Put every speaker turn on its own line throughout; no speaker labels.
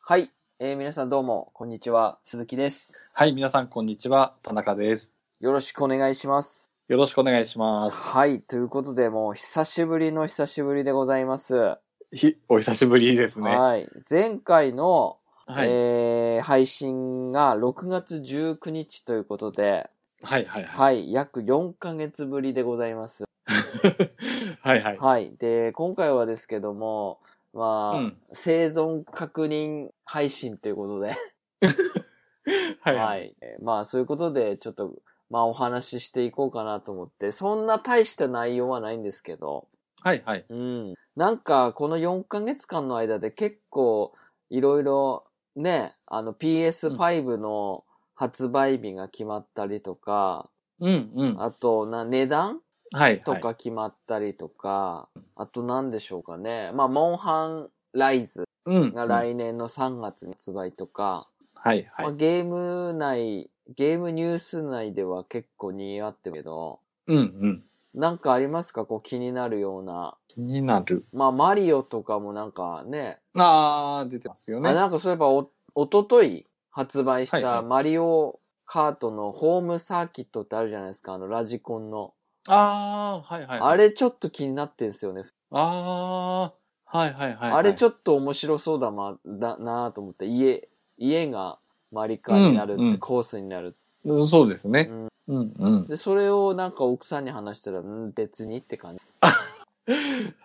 はい、えー皆さんどうも、こんにちは、鈴木です。
はい、皆さん、こんにちは。田中です。
よろしくお願いします。
よろしくお願いします。
はい、ということで、もう、久しぶりの久しぶりでございます。
ひお久しぶりですね。は
はい。前回の、
い、
えー配信が6月19日ということで、
はい、はい、はい。
はい、約4ヶ月ぶりでございます。
はい、はい。
はい。で、今回はですけども、まあ、
うん
生存確認配信ということで、
はい、
は
はい。
い。えーまあ、そういうことで、ちょっと、まあ、お話ししていこうかなと思って、そんな大した内容はないんですけど、
はい、はい。
うん。なんか、この4ヶ月間の間で結構、いろいろ、ね、あの、PS5 の発売日が決まったりとか、
うん、うん。はい、
あと、な、値段
はい。
とか決まったりとか、あと何でしょうかね。まあ、モンハンライズ
うん。
が来年の3月に発売とか、
はい、
ま
は
あ、
い。
ゲーム内、ゲームニュース内では結構賑わってるけど、
うん、うん。
なんかありますかこう気になるような。
気になる。
まあ、マリオとかもなんかね、
あー、出てますよ
あ
ね。
なんかそういえばお、おととい発売し
はいは
た
い
マリオカートのホームサーキットってあるじゃないですか、あのラジコンの。
あー、はい、はい。
あれちょっと気になってんですよね。
あー、はい、はい、はい。
あれち
ょっ
ょっと面白そうだ,、ま、だなぁと思って、家、家がマリカーになるって、
うんうん
コースになるって
と。そうですね
うん。
うん、うん。
で、それをなんか奥さんに話したら、うん、別にって感じ。
はい、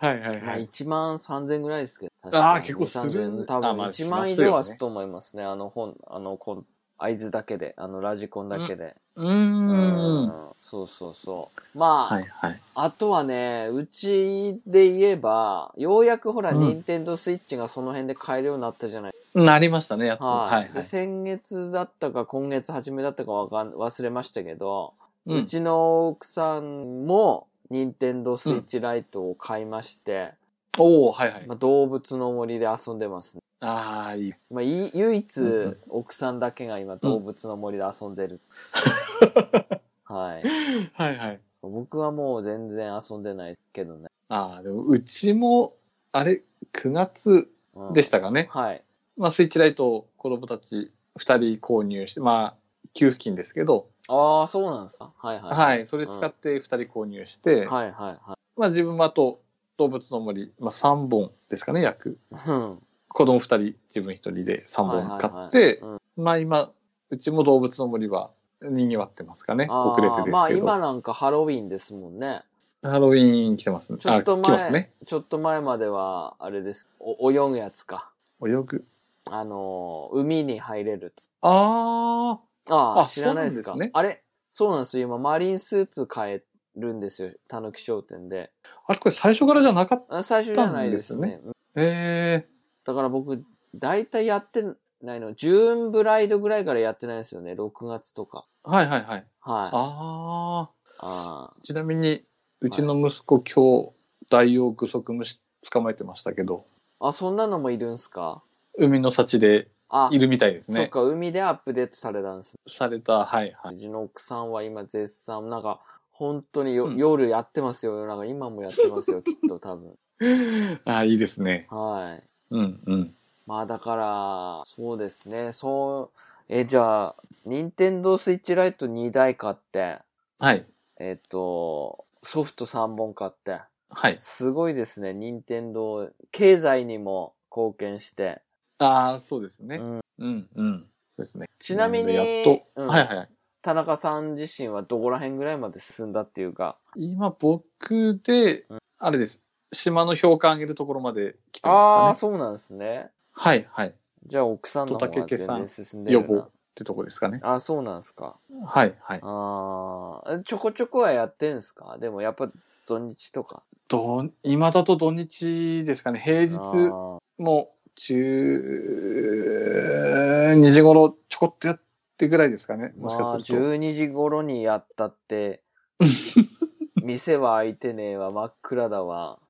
はい、
まあ、
はい。
1万3000ぐらいですけど。確
あー
かに
結構する
2000多
あ
分
ま
1
あ
万以
しますよね
上はすると思いますね。あの本、あの、こん、合図だけで、あの、ラジコンだけで。
うーん。
うんそうそうそう。まあ、
はい、はい。
あとはね、うちで言えば、ようやくほら、
うん
ニンテンドースイッチがその辺で買えるようになったじゃない。
なりましたね、やっと。
はい。
はい、は
で
い。
先月だったか、今月初めだったかわかん、忘れましたけど、
う。
うんちの奥さんも、ニンテンドースイッチライトを買いまして、
おー、はい、はい
ま。あ、動物の森で遊んでますね。
あー、いい。
まあ、い唯一、
うんうん
奥さんだけが今、動物の森で遊んで る。はい。
はい、はい。
僕はもう全然遊んでないけどね。
ああ、でもうちも、あれ、9月
うん
でしたかね。
はい。
まあ、スイッチライトを子供たち2人購入して、まあ、給付金ですけど、
ああ、そうなんですか。はいはい。
はい、それ使って2人購入して、
はいはいは
まあ、自分もあと、動物の森、まあ、3本ですかね、約。
い。うん
子供2人、自分1人で3本買って、
はいはいはいうん
まあ、今、うちも動物の森は、賑わってますかね。
あー
遅れてですけど。
まあ今なんかハロウィンですもんね。
ハロウィーン来てますね。
ちょっと
あ、来ま
前、
すね。
ちょっと前までは、あれです。お泳ぐやつか。
泳ぐ。
あのー海に入れる
ああ、
と。ああ、
あ
知らないですか。
そうなんですね
あれそうなんですよ。今、マリンスーツ買えるんですよ。たぬき商店で。
あれこれ最初からじゃなかった。
あ最初じゃないですね。うん
ええ
だから僕、大体やってないの。ジューンブライドぐらいからやってないですよね。6月とか。
はいはいはい。
はい。
あ
あ
あ。ちなみに、うちの息子、今日、ダイオウグソクムシ捕まえてましたけど、
あ。あ、そんなのもいるんすか
海の幸で
あ、
いるみたいです
そっ
ね。
か、海でアップデートされたんです
された、はいは
ね。
い。
うちの奥さんは今絶賛、なんか、本当によ、
うん
夜やってますよ。なんか今もやってます よ、きっと多分。
ああ、いいですね。
はい。
うんうん。
まあだから、そうですね、そう、え、じゃあ、任天堂スイッチライト2台買って、
はい。
えっ、と、ソフト3本買って、
はい。
すごいですね、任天堂経済にも貢献して、
ああ、そうですね。
う
うんんうん。そうですね。
ちなみに
のでやっと、
うん
はいはい。
田中さん自身はどこら辺ぐらいまで進んだっていうか、
今、僕で、あれです。島の評価上げるところまで来て
ああー、
ますかね。
そうなんですね。
はいはい。っ
じゃあ奥さんの方
戸
が
竹家
全
さん
然進んでるな。
予防てとこですかね。
ああ、そうなんですか。
はいはい。
ああ、ちょこちょこはやってんすかでもやっぱ土日とか。
ど今だと土日ですかね平
あ
日
ー
も中2時頃ちょこっとやってぐらいですかねもし
まあ、
かすると、
12時頃にやった って、店は開いてねえわ、真っ暗だわ。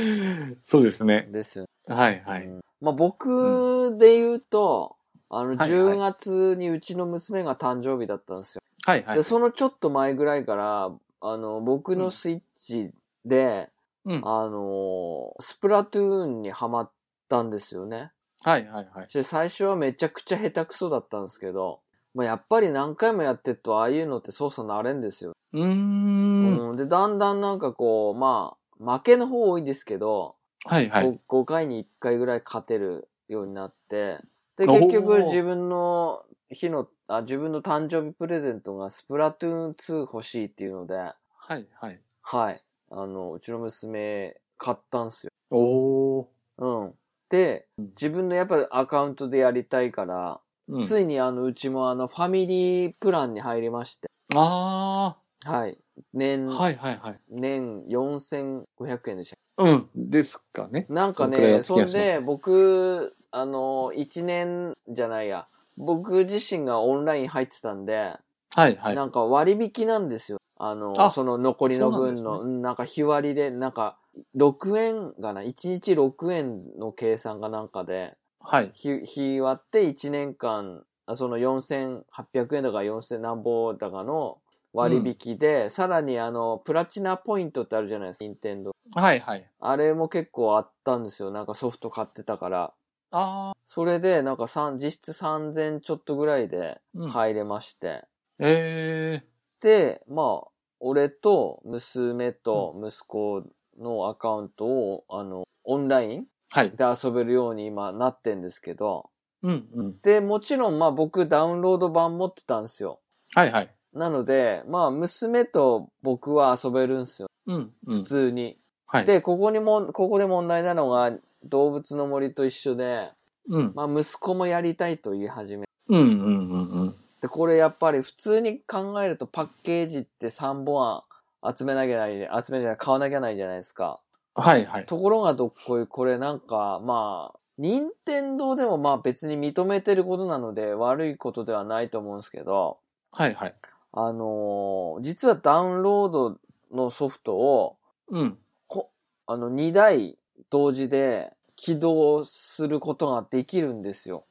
そうですね
ですよね。
はいは
う
い
んまあ、僕で言うと、あの、
はいはい
10月にうちの娘が誕生日だったんですよ。
はいはい
で、そのちょっと前ぐらいから、あの、僕のスイッチで、
うん
あのースプラトゥーンにハマったんですよね。
はいはいはい。
で最初はめちゃくちゃ下手くそだったんですけど、まあ、やっぱり何回もやってると、ああいうのって操作慣れんですよ。
うーん。
うんで、だんだんなんかこう、まあ、負けの方多いですけど、
はいは
ご
い。
5回に1回ぐらい勝てるようになって、で、
おー
結局自分の日の、あ、自分の誕生日プレゼントがスプラトゥーン2欲しいっていうので、
はいはい。
はい。あの、うちの娘買ったんすよ。
お
う
ー。
ん。で、
うん
自分のやっぱりアカウントでやりたいから、
うん
ついにあの、うちもあの、ファミリープランに入りまして、
あ
はい。年、
あ、はいはいはい。
年4500円でした。
うん。ですかね。
なんか
そんくらい
ね、
は
そ
付き合
ん
いします
で、僕、あの、1年じゃないや、僕自身がオンライン入ってたんで、
はいはい。
なんか割引なんですよ。あの、
あ
その残りの分
そうなん
の、
です
うんなんか日割りで、なんか、6円がな、1日6円の計算がなんかで、
はい。
日、日割って1年間、あその4800円だか4000何ぼだかの割引で、さらにあの、プラチナポイントってあるじゃないですか、任天堂
はいはい。
あれも結構あったんですよ。なんかソフト買ってたから。
ああ。
それで、なんか三実質3000ちょっとぐらいで
うん
入れまして。
ええ
で、まあ、俺と娘と息子のアカウントを、あの、オンライン
はい。
で遊べるように今なってんですけど。
うんうん。
で、もちろんまあ僕ダウンロード版持ってたんですよ。
はいはい。
なので、まあ娘と僕は遊べるんですよ。
うんう
普
ん。
通に。
はい。
で、ここにも、ここで問題なのが動物の森と一緒で、
うん。
まあ、息子もやりたいと言い始め。
うんうんうんうん。
で、これやっぱり普通に考えるとパッケージって3本集めなきゃない、集めなきゃ買わなきゃないじゃないですか。
はいはい。
ところがどっこい、これなんか、まあ、任天堂でもまあ別に認めてることなので悪いことではないと思うんですけど、
はいはい。
あのー実はダウンロードのソフトを、
うん。
こあの、2台同時で起動することができるんですよ。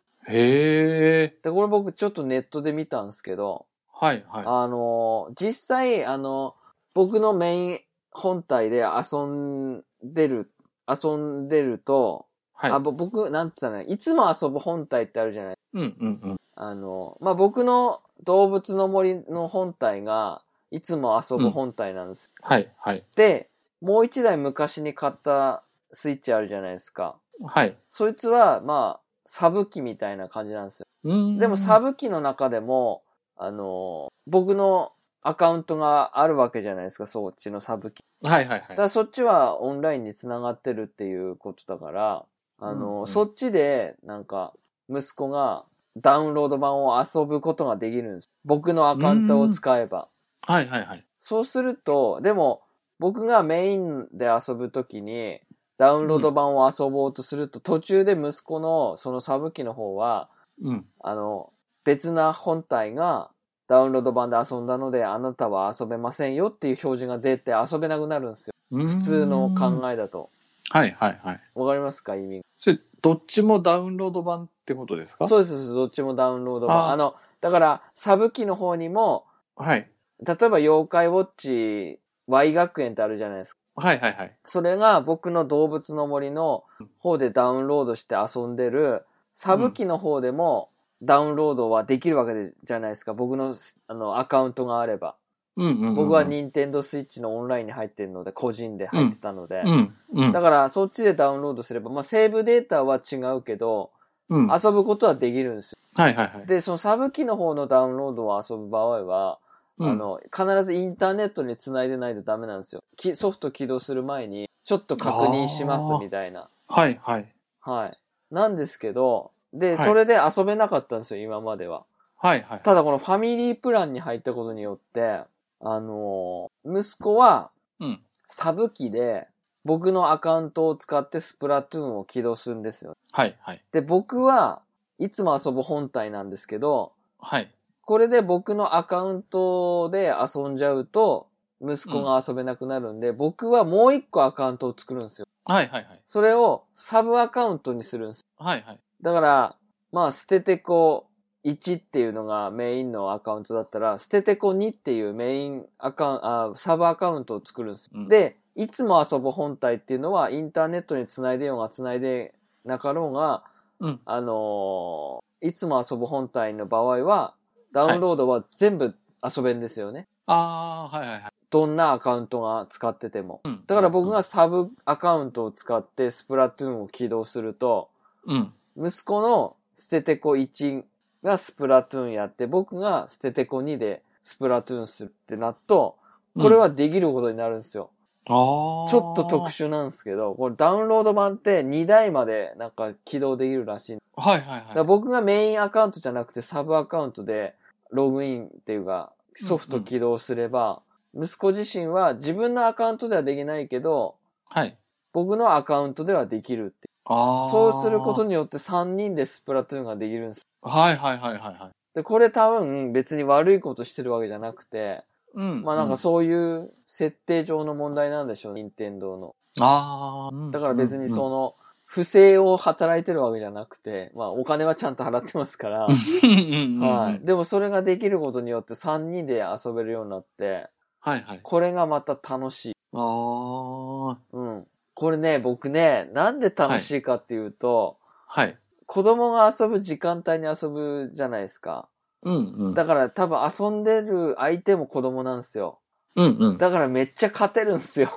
へえ。
で、これ僕ちょっとネットで見たんですけど、
はいは
あのー、実際、あの、僕のメイン本体で遊んでる、遊んでると、
い。
あ
はい。
ぼ僕、なんつったらいつも遊ぶ本体ってあるじゃない
うんうんうん。
あの、まあ、僕の動物の森の本体が、いつも遊ぶ本体なんです。
はいはい。
で、もう一台昔に買ったスイッチあるじゃないですか。
はい。
そいつは、まあ、サブ機みたいな感じなんですよ
うん。
でもサブ機の中でも、あのー僕のアカウントがあるわけじゃないですか、そっちのサブ機。
はいはい
だか
はい。
らそっちはオンラインに繋がってるっていうことだから、あのー
うんうん
そっちで、なんか、息子がダウンロード版を遊ぶことができるんです。僕のアカウントを使えば。
はいはいはい。
そうすると、でも、僕がメインで遊ぶときに、ダウンロード版を遊ぼうとすると、途中で息子のそのサブ機の方は、
うん。
あの、別な本体がダウンロード版で遊んだので、あなたは遊べませんよっていう表示が出て遊べなくなるんですよ。
普
普通の考えだと。
はいはいはい。
わかりますか意味
それ、どっちもダウンロード版ってことですか
そうですそうです、どっちもダウンロード版。
あー
あの、だから、サブ機の方にも、
はい。
例えば妖怪ウォッチ Y 学園ってあるじゃないですか。
はいはいはい。
それが僕の動物の森の方でダウンロードして遊んでる、サブ機の方でもダウンロードはできるわけでじゃないですか。僕のあのアカウントがあれば。
うんうん、うん。
僕は任天堂スイッチのオンラインに入ってるので、個人で入ってたので。
うん。うん。
だから、そっちでダウンロードすれば、まあ、セーブデータは違うけど、
うん。はい
遊ぶことはできるんですよ。
はいはい。
で、そのサブ機の方のダウンロードを遊ぶ場合は、
うん、
あの、必ずインターネットに繋いでないとダメなんですよ。きソフト起動する前に、ちょっと確認しますみたいな。
はいはい。
はい。なんですけど、で、
はい
それで遊べなかったんですよ、今までは。
はいはい。
ただこのファミリープランに入ったことによって、あのー息子は
うん。
サブ機で僕のアカウントを使ってスプラトゥーンを起動するんですよ。
はいはい。
で、僕はいつも遊ぶ本体なんですけど、
はい。
これで僕のアカウントで遊んじゃうと、息子が遊べなくなるんで、僕はもう一個アカウントを作るんですよ。
はいはいはい。
それをサブアカウントにするんです
はいはい。
だから、まあ、捨ててこ1っていうのがメインのアカウントだったら、捨ててこ2っていうメインアカウンあサブアカウントを作るんですよ。
うん
で、いつも遊ぶ本体っていうのはインターネットにつないでようがつないでなかろうが、
うん。
あのーいつも遊ぶ本体の場合は、ダウンロードは全部遊べんですよね。
ああ、はいはいはい。
どんなアカウントが使ってても。
うん
だから僕が、サブアカウントを使ってスプラトゥーンを起動すると、
うん。
息子のステテコ1がスプラトゥーンやって、僕がステテコ2でスプラトゥーンするってなっと、これはできることになるんですよ。
うん、ああ。
ちょっと特。殊なんですけど、これダウンロード版って2台までなんか起動できるらしい。
はいはい
だから
はい。
僕がメインアカウントじゃなくてサブアカウントでログインっていうかソフト起動すれば、息子自身は自分のアカウントではできないけど、
はい。
僕のアカウントではできるっていう。
ああ。
そうすることによって3人でスプラトゥーンができるんですよ。
はいはいはいはいはい。
で、これ多分別に悪いことしてるわけじゃなくて、
うん。
まあなんかそういう設定上の問題なんでしょう、任天堂の。
うん。ああ。
だから別にそ
の。
の、不正を働いてるわけじゃなくて、まあお金はちゃんと払ってますから、
うんうんうん
はい。でもそれができることによって3人で遊べるようになって、
はいはい。
これがまた楽しい。
ああ。
うん。これね、僕ね、なんで楽しいかっていうと、
はい。
子供が遊ぶ時間帯に遊ぶじゃないですか。
うんうん。
だから多分遊んでる相手も子供なんですよ。
うんうん。
だからめっちゃ勝てるんですよ。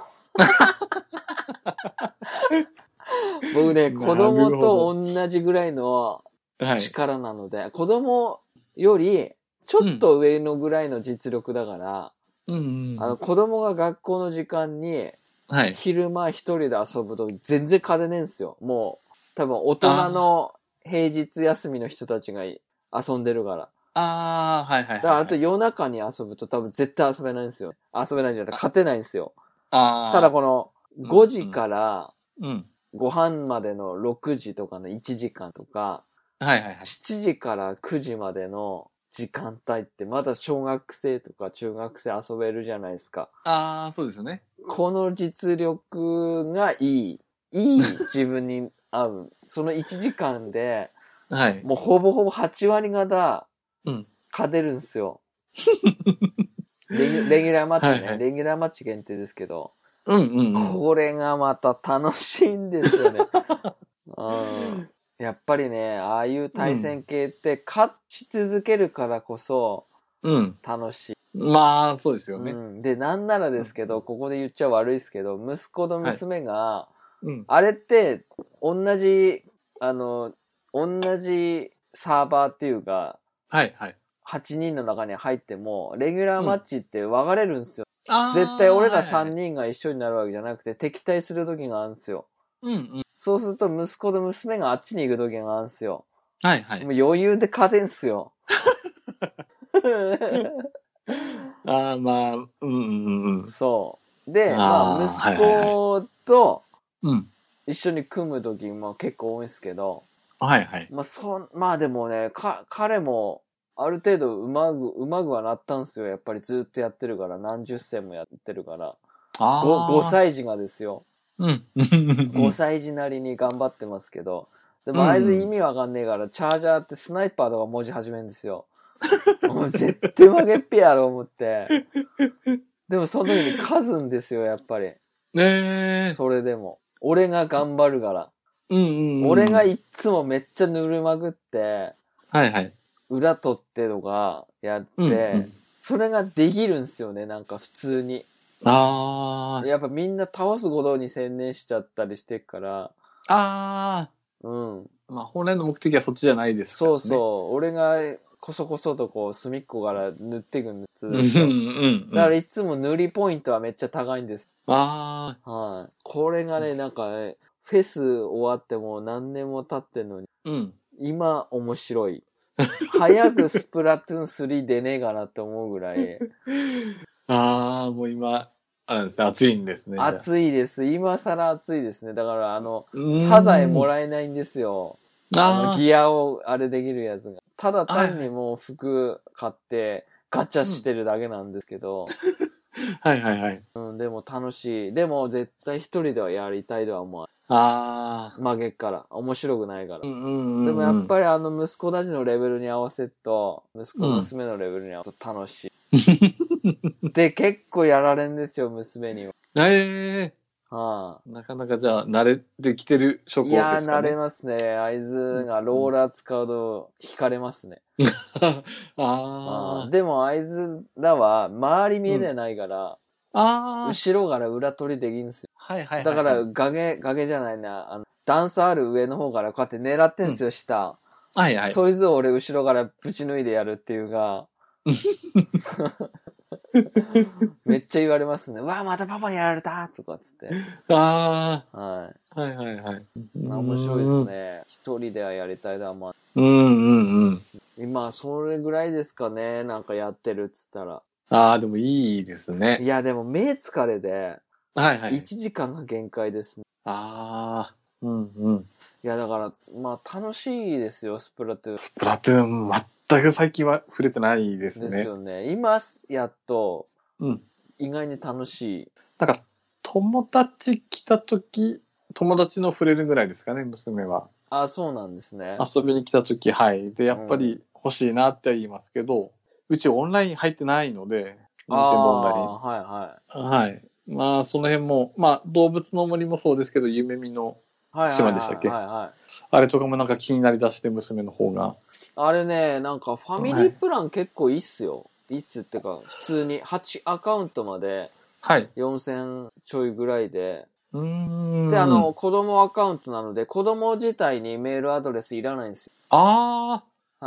僕ね、子供と同じぐらいの
はい。
力なので、子供よりちょっと上のぐらいの実力だから、
うんうん。
あの子供が学校の時間に
はい。
昼間一人で遊ぶと全然勝てねえんですよ。もう多分大人の平日休みの人たちが遊んでるから。
ああ、はいはいはい。
だからあと夜中に遊ぶと多分絶対遊べないんですよ。遊べないんじゃない勝てないんですよ。
ああ。
ただこの
ん
5時から
うん。
ご飯までの6時とかの1時間とか、
はいはいはい。
7時から9時までの時間帯ってまだ小学生とか中学生遊べるじゃないですか。
ああ、そうですよね。
この実力がいい。いい自分に合う。その1時間で、
はい。
もうほぼほぼ8割方、
うん
勝てるんです よ。レギュレギュラーマッチね、
はいはい
レギュラーマッチ限定ですけど、
うんうんうん。
これがまた楽しいんですよね。 うんやっぱりね、ああいう対戦系って勝ち続けるからこそ
うん。
楽しい。
まあ、そうですよ
う
ね。
ん、で、なんならですけど、ここで言っちゃ悪いですけど、息子と娘が、
うん。
あれって、同じ、あの、同じサーバーっていうか、
はいはい。
8人の中に入っても、レギュラーマッチって分かれるんですよ。
ああ。
絶対俺ら3
人。
人が一緒になるわけじゃなくて、敵対する時があるんですよ。
うんうん。
そうすると、息子と娘があっちに行く時があるんですよ。
はいはい。
もう余裕で勝てんす よ。
ああ、まあ、うんうんうん。
そう。で、ま
あー
あ、息子と
うん。
一緒に組む時も結構多いんですけど、
はいはい。
まあ、そん、まあでもね、か、彼も、ある程度うまぐ、うまぐはなったんすよ。やっぱりずっとやってるから、何十戦もやってるから。
ああ。
5, 歳児がですよ。
うん。5
5。歳児なりに頑張ってますけど。で
う
も、
ん
あいつ意味わかんねえから、チャージャーってスナイパーとか文字始めんですよ。 もう絶対負けっぺやろ、思って。でも、その時に勝つんですよ、やっぱり。
ねえ。
それでも。俺が頑張るから。
うんうんうん。
俺がいっつもめっちゃぬるまぐって、
はいはい。
裏取ってとかやって、
うんうん。
それができるんすよね、なんか普通に。
あ
やっぱみんな倒すことに専念しちゃったりしてっから、
あ。ああ。
うん。
まあ、本来の目的はそっちじゃないですから
そ
ね。
うそう、俺がこそこそとこう隅っこから塗っていくんです。
うんうんうん。
だからいつも塗りポイントはめっちゃ高いんです。
あ
はい。これがね、なんかね、フェス終わってもう何年も経ってんのに、
あ。うん。
今面白い。早くスプラトゥーン3出ねえかなって思うぐら い。
ああ、もう今、あれなんですね、暑いんですね。い。
暑いです。今更暑いですね。だから、あの
うー、ん
サザエもらえないんですよ。あの、
あー
ギアをあれできるやつが。ただ単
は
にもう服買って、ガチャしてるだけなんですけ ど、
はいはいはい。
うん、でも楽しい。でも絶対一人ではやりたいとは思わ
ああ。
ない。負けっから。面白くないから。
うんうんうん。
でもやっ
り。
ぱりあの息子たちのレベルに合わせると、息子
うん
娘のレベルに合わせると楽 しい。で、結構やられんですよ、娘には。
ええ
は
なかなかじゃあ慣れてきてる
い
諸行
い
です
や
か、
ー、
ね、
慣れますね。合図がローラー使うと惹かれますね。 あ
あ
ー
ー
でも合図らは周り見えてないから、
あー。
後ろから裏取りできんすよ。
はいはいはい。
だから、、崖、崖じゃないな。あの、段差ある上の方からこうやって狙ってんすよ、下。
はいはい。
そいつを俺後ろからぶち抜いでやるっていう が、めっちゃ言われますね。うわ、またパパにやられたとかっつって。
あ
は
あ。はいはいはい。
い。まあ面白いですね。一人ではやりたいだ、まあ。
うん。うんうんうん。
今、それぐらいですかね。なんかやってるっつったら。
ああ、でもいいです
い
ね。
や、でも目疲れで、
はいはい。
1時間が限界ですね。
ああ。うんうん。
いや、だから、まあ楽しいですよ、スプラトゥーン。
スプラトゥーン、全く最近は触れてないですね。
ですよね。今、やっと、
うん
意外に楽しい。
なんか、友達来た時、友達の触れるぐらいですかね、娘は。
あ、そうなんですね。
遊びに来た時、はい。で、やっぱり欲しいなって言いますけど、うちオンライン入ってないので、任天堂オンライン。
あーはいはい。
はい。まあ、その辺も、まあ、動物の森もそうですけど、夢見の、
はいはいはい
島でしたっけ
はいはい。
あれとかもなんか気になりだして、娘の方が。
あれね、なんかファミリープラン結構いいっすよ。いいっすってか、普通に8アカウントまで
はい。
4000ちょいぐらいで。
うーん。
で、あの、、子供アカウントなので、子供自体にメールアドレスいらないんですよ。は
ああ、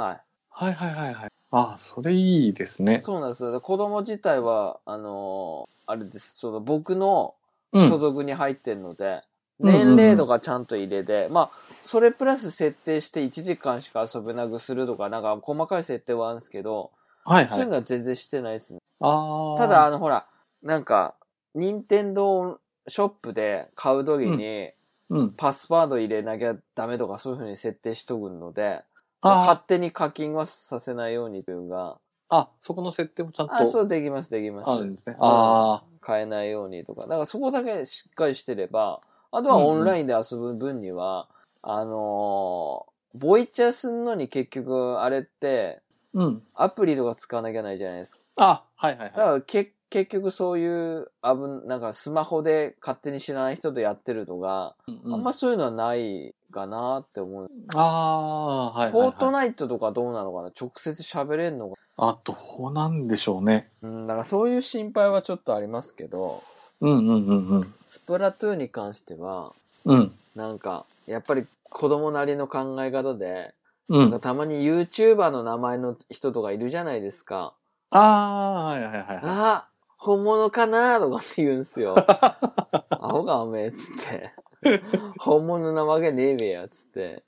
はいはいはいはい。ああ、それいいですね
い。。そうなんですよ。子供自体は、あのーあれです。その僕の
う
所
ん。
属に入ってるので、
うんうんうん
年齢とかちゃんと入れて、まあ、それプラス設定して1時間しか遊べなくするとか、なんか細かい設定はあるんですけど、
はい
そう。
はいいう
のは全然してないですね。
ああ。
ただ、あ、の、ほら、なんか、任天堂ショップで買う時に、
うん。
パスワード入れなきゃダメとか、そういう風に設定しとくので、勝
あ
手に課金はさせないようにというか、
あ、あ、そこの設定もちゃんと
あ、そう、できます、できます
あ。るんですね。あ
変えないようにとか、だからそこだけしっかりしてれば、あとは
うんうん
オンラインで遊ぶ分には、あのーボイチャすんのに結局、あれって、
あ。うん。
アプリとか使わなきゃいけないじゃないですか。
あ、はいは
だ
い
か
はい。
らけ、結局そういう、あぶん、なんかスマホで勝手に知らない人とやってるとか、
うん
あんまそういうのはないかなって思う。
ああー、はいはい、
フォート
はい。
ナイトとかどうなのかな直接喋れんのか
あ、どうなんでしょうね。
なうん、だからそういう心配はちょっとありますけど、
うんうんうんうん。
スプラトゥーンに関しては、
うん。
なんか、やっぱり子供なりの考え方で、
う
なんか
ん。
たまに YouTuber の名前の人とかいるじゃないですか。
ああー、はいはいはいはい。
あ本物かなとかって言うんす よ。アホがおめえ、つって。本物なわけねえべや、つって。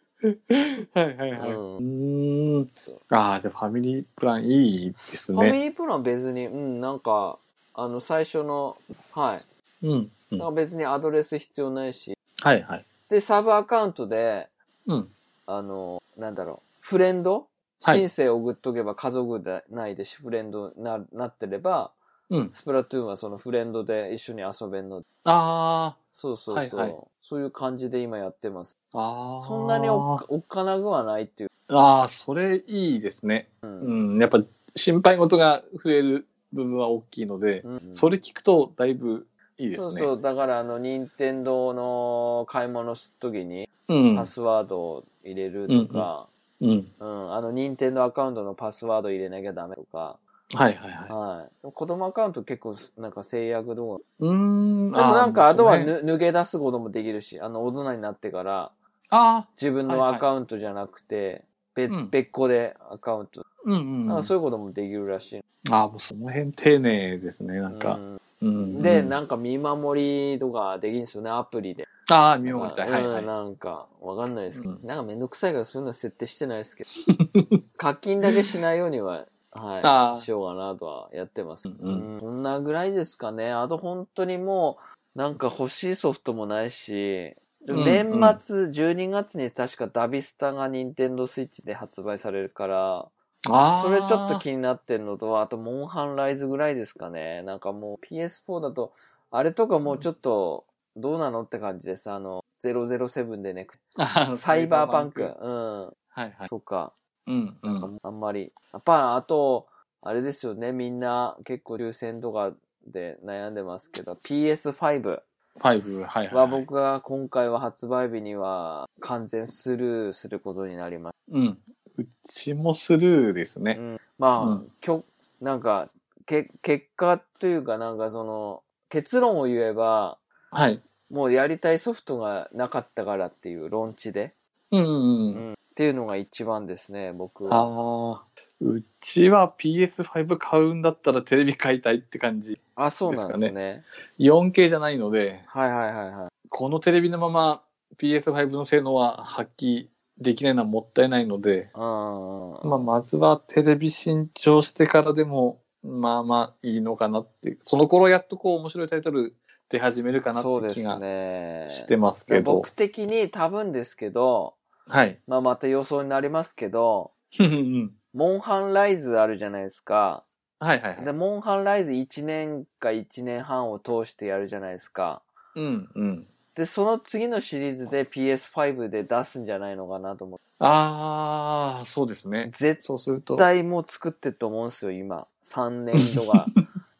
はいはいはい。
う
うんーん。ああ、じゃあファミリープランいいです
ファミ
ね。
リープラン別に、うん、なんか、あの、最初の、はい。
うん。うん
なんか別にアドレス必要ないし。
はいはい。
で、サブアカウントで、
うん。
あの、なんだろう、フレンド
はい
申請を送っとけば家族内でフレンドにななってれば、
うん。
スプラトゥーンはそのフレンドで一緒に遊べんので。
あ
そうそうそう。
はいはい
そういう感じで今やってます。
あ。ああ。
そんなにおっかおっかなくはないっていう。
ああ、それいいですね。
う。
うんん。やっぱ心配事が増える部分は大きいので、
うん
それ聞くとだいぶいいですね。
そうそう。だから、あの、任天堂の買い物するときに、
うん。
パスワードを入れるとか、
うん。
うん、あの、任天堂アカウントのパスワード入れなきゃダメとか、
はいはいはい。
はい。子供アカウント結構、なんか制約とか
うーん。
でもなんか、あとは
そうね
ぬ、抜け出すこともできるし、あの、大人になってから、
ああ、
自分の
はいはい
アカウントじゃなくて、べ
うん
別個でアカウント。
うんうん。
なん
あ
かそういうこともできるらしい。
あ、もうその辺丁寧ですね、なん
う
か。
ん
うん。
で、
あ
なんか見守りとかできるんですよね、アプリで。
あ、見守りたい。
な
は
ん
い
か
は
う
い。
んなんか、わかんないですけど、
うん
なんかめんどくさいからそういうの設定してないですけ ど、課金だけしないようには、
あ
は
ー
い、しようかなとはやってます。
うんうん
うんこんなぐらいですかね。あと本当にもう、なんか欲しいソフトもないし、でも
うん
年
うん
末12月に確かダビスタが任天堂スイッチで発売されるから、
ああ。
それちょっと気になってんのと、あと、モンハンライズぐらいですかね。なんかもう PS4 だと、あれとかもうちょっと、どうなのって感じです。あの、007でね、
ああ
サイバーパンク、。うん、
はいはい。
とか、
うんうん。
あんまり。やっぱ、あと、あれですよね、みんな結構抽選とかで悩んでますけど、PS5。
5、はいはい。
は僕が今回は発売日には完全スルーすることになりまし
うん。うちもスルーです
た。
ね。
うんまあ、
うん
きょなんかけ結果というかなんかその結論を言えば
はい。
もうやりたいソフトがなかったからっていう論知で
うんうんうん。
っていうのが一番ですね僕は。
ああ。うちは PS5 買うんだったらテレビ買いたいって感じ。
あそうなんですね
ですか 4K じゃないので、
はいはいはいはい。
このテレビのまま PS5 の性能は発揮できないのはもったいないので、
うんうんうん
まあ、まずはテレビ新調してからでも、まあまあいいのかなって、その頃やっとこう面白いタイトル出始めるかな
そう
っ
で
て気
す
が
ね。
してますけど。
僕的に多分ですけど、
はい。
まあまた予想になりますけど、
うんうん
モンハンライズあるじゃないですか。
はいはいは
で、
い。
モンハンライズ1年か1年半を通してやるじゃないですか。
うんうん。
で、その次のシリーズで PS5 で出すんじゃないのかなと思って。
ああ、そうですね。
絶
そうすると。
対もう作ってると思うんですよ、今。3年と か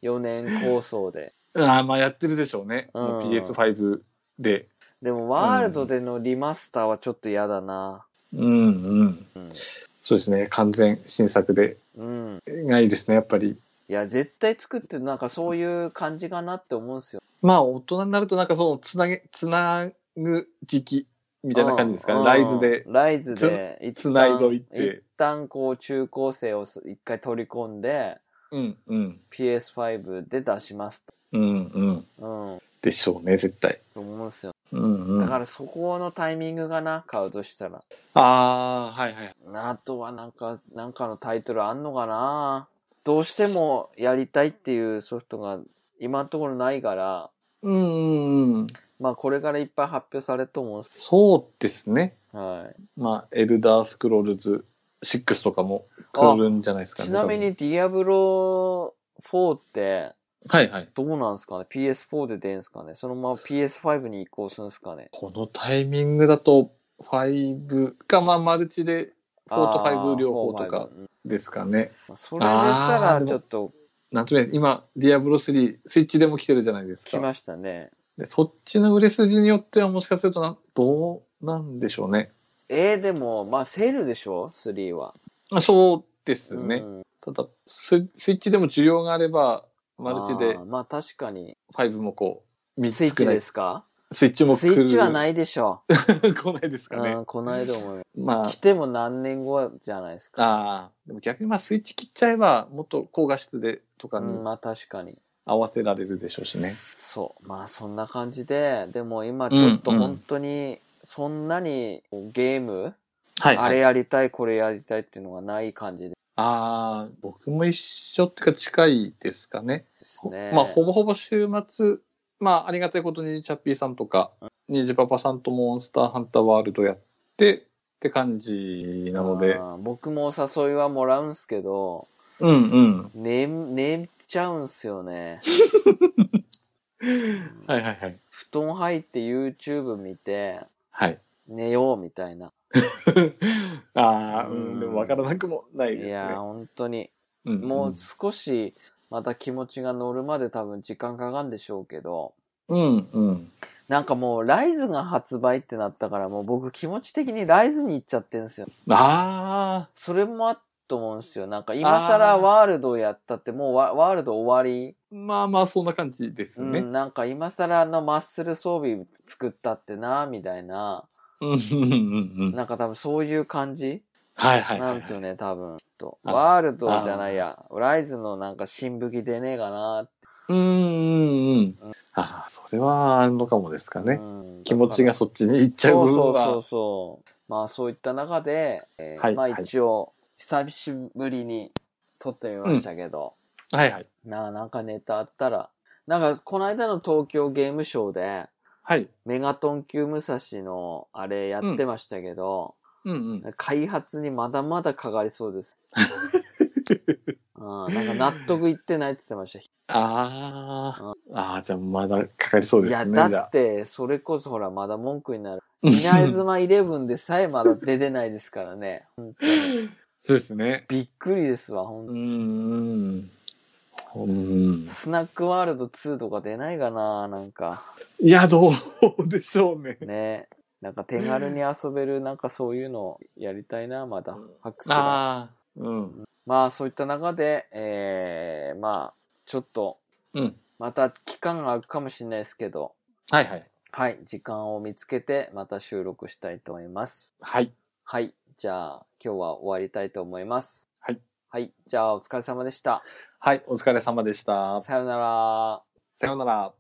4年構想で。
ああ、まあやってるでしょうね。
うん
もう PS5 で。
でも、ワールドでのリマスターはちょっと嫌だな。
うんうん。
うん。
そうですね。完全新作で。
うん。
がいいですね、やっぱり。
いや、絶対作って、なんかそういう感じかなって思うんですよ。
まあ大人になるとなんかそのつなげ、つなぐ時期みたいな感じですか
う
ね。
ん
ライズで。
ライズで、一旦
繋いどいて
一旦こう中高生をす一回取り込んで、
うんうん。
PS5 で出します
うんうん。
と。うん。
でしょうね、絶対。
と思うんですよ。
うんう
だ
ん。
か
あ
らそこのタイミングがな、買うとしたら。
あー、はいはい。
あとはなんか、なんかのタイトルあんのかなどうしてもやりたいっていうソフトが今のところないから、
うんうんうん。
まあこれからいっぱい発表されると思うんです。
そうですね。
はい。
まあ、エルダースクロールズ6とかも来るんじゃないですかね。
ちなみに、ディアブロ4って、
多分。はいはい。
どうなんですかね ?PS4 で出んすかねそのまま PS5 に移行するんすかね
このタイミングだと、5か、まあ、マルチで4と
あー
5両方とか
4 5うん
ですかね。
まあそれだった
あー
ら
でも
ちょっと
なんとね、今、ディアブロ3、スイッチでも来てるじゃないです
来
か。
ましたね。
でそっちの売れ筋によっては、もしかするとな、どうなんでしょうね。
えー、でも、まあセールでしょ ?3 は。
まあ、そうですね。
ん
ただス、スイッチでも需要があれば、マルチで
あーまあ確かに。
5もこう、
スイッチ
ない
ですか
スイッチも
スイッチは
ない。
ないでしょ
来ないです
う。
かね
う。ん、こないだ思い
ま
ます。来ても何年後じゃないです
あ、
か。
ああ、でも逆にまあスイッチ切っちゃえば、もっと高画質でとか
う
に
ん、まあ確かに。
合わせられるでしょうしね。
そう。まあそんな感じで、でも今ちょっと
うんうん
本当に、そんなにゲーム、
はい、
あれやりたい、これやりたいっていうのがない感じで
ああ、僕も一緒っていうか近いですかね。
す
ほ
ね。
まあほぼほぼ週末、まあありがたいことにチャッピーさんとか、ニージパパさんとモンスターハンターワールドやって、って感じなので
あ。ー僕もお誘いはもらうんすけど、
うんうん。
ねん、ねっちゃうんすよね。
はいはいはい。
布団入って YouTube 見て、
はい。
寝ようみたいな。
ああ、う
うん
ん、でも分からなくもない
い
ですね。
やー、本当に。
うんん
もう少し、また気持ちが乗るまで多分時間かかるんでしょうけど、
うんうん。
なんかもう、ライズが発売ってなったから、もう僕気持ち的にライズに行っちゃってんすよ。
あ
それもあったと思うんすよ。なんか今更
あー
ワールドをやったって、もうワワールド終わり
あ、まあまあ、そんな感じです
う
ね。
ん、なんか今更あのマッスル装備作ったってな、みたいな、
うん、うん、うん。
なんか多分そういう感じ
はいはい、
なん
は
ですよ
い。
ね、多分。きっと
あ
ワールドじゃないや、ライズのなんか新武器出ねえかなって。
うん、うん、うん。ああ、それはあるのかもですかね。
うん
気持ちがそっちにいっちゃう
そ
部
うそ
分
うそう
は。
そう。まあそういった中で、えー
はい
まあ
はい
一応、久しぶりに撮ってみましたけど、
はいはい。
なあ、なんかネタあったら、なんかこの間の東京ゲームショーで、
はい。
メガトン級武蔵のあれやってましたけど、
うん、うん。
開発にまだまだかかりそうです。うん、なんか納得いってないって言ってま した。
ああ、ああ、じゃあまだかかりそうで
いや、
すね。じ
だ
ゃ
って、それこそほら、まだ文句に なる。
あ
稲妻イレブンでさえまだ出てないですからね。本当に
そうですね。
びっくりですわ、ほん
うん、うん。うん。
スナックワールド2とか出ないかななん か。
いや、どうでしょうね。
ね。なんか手軽に遊べる、なんかそういうのやりたいな、まだ
うん。
ハックスが
ああ。うん。
まあそういった中で、えー、まあ、ちょっと、
うん。
また期間が空くかもしれないですけど、
はいはい。
はい、時間を見つけてまた収録したいと思います。
はい。
はい、じゃあ今日は終わりたいと思います。
はい。
はい、じゃあお疲れ様でした。
はい、お疲れ様でした。
さようなら。
さようなら。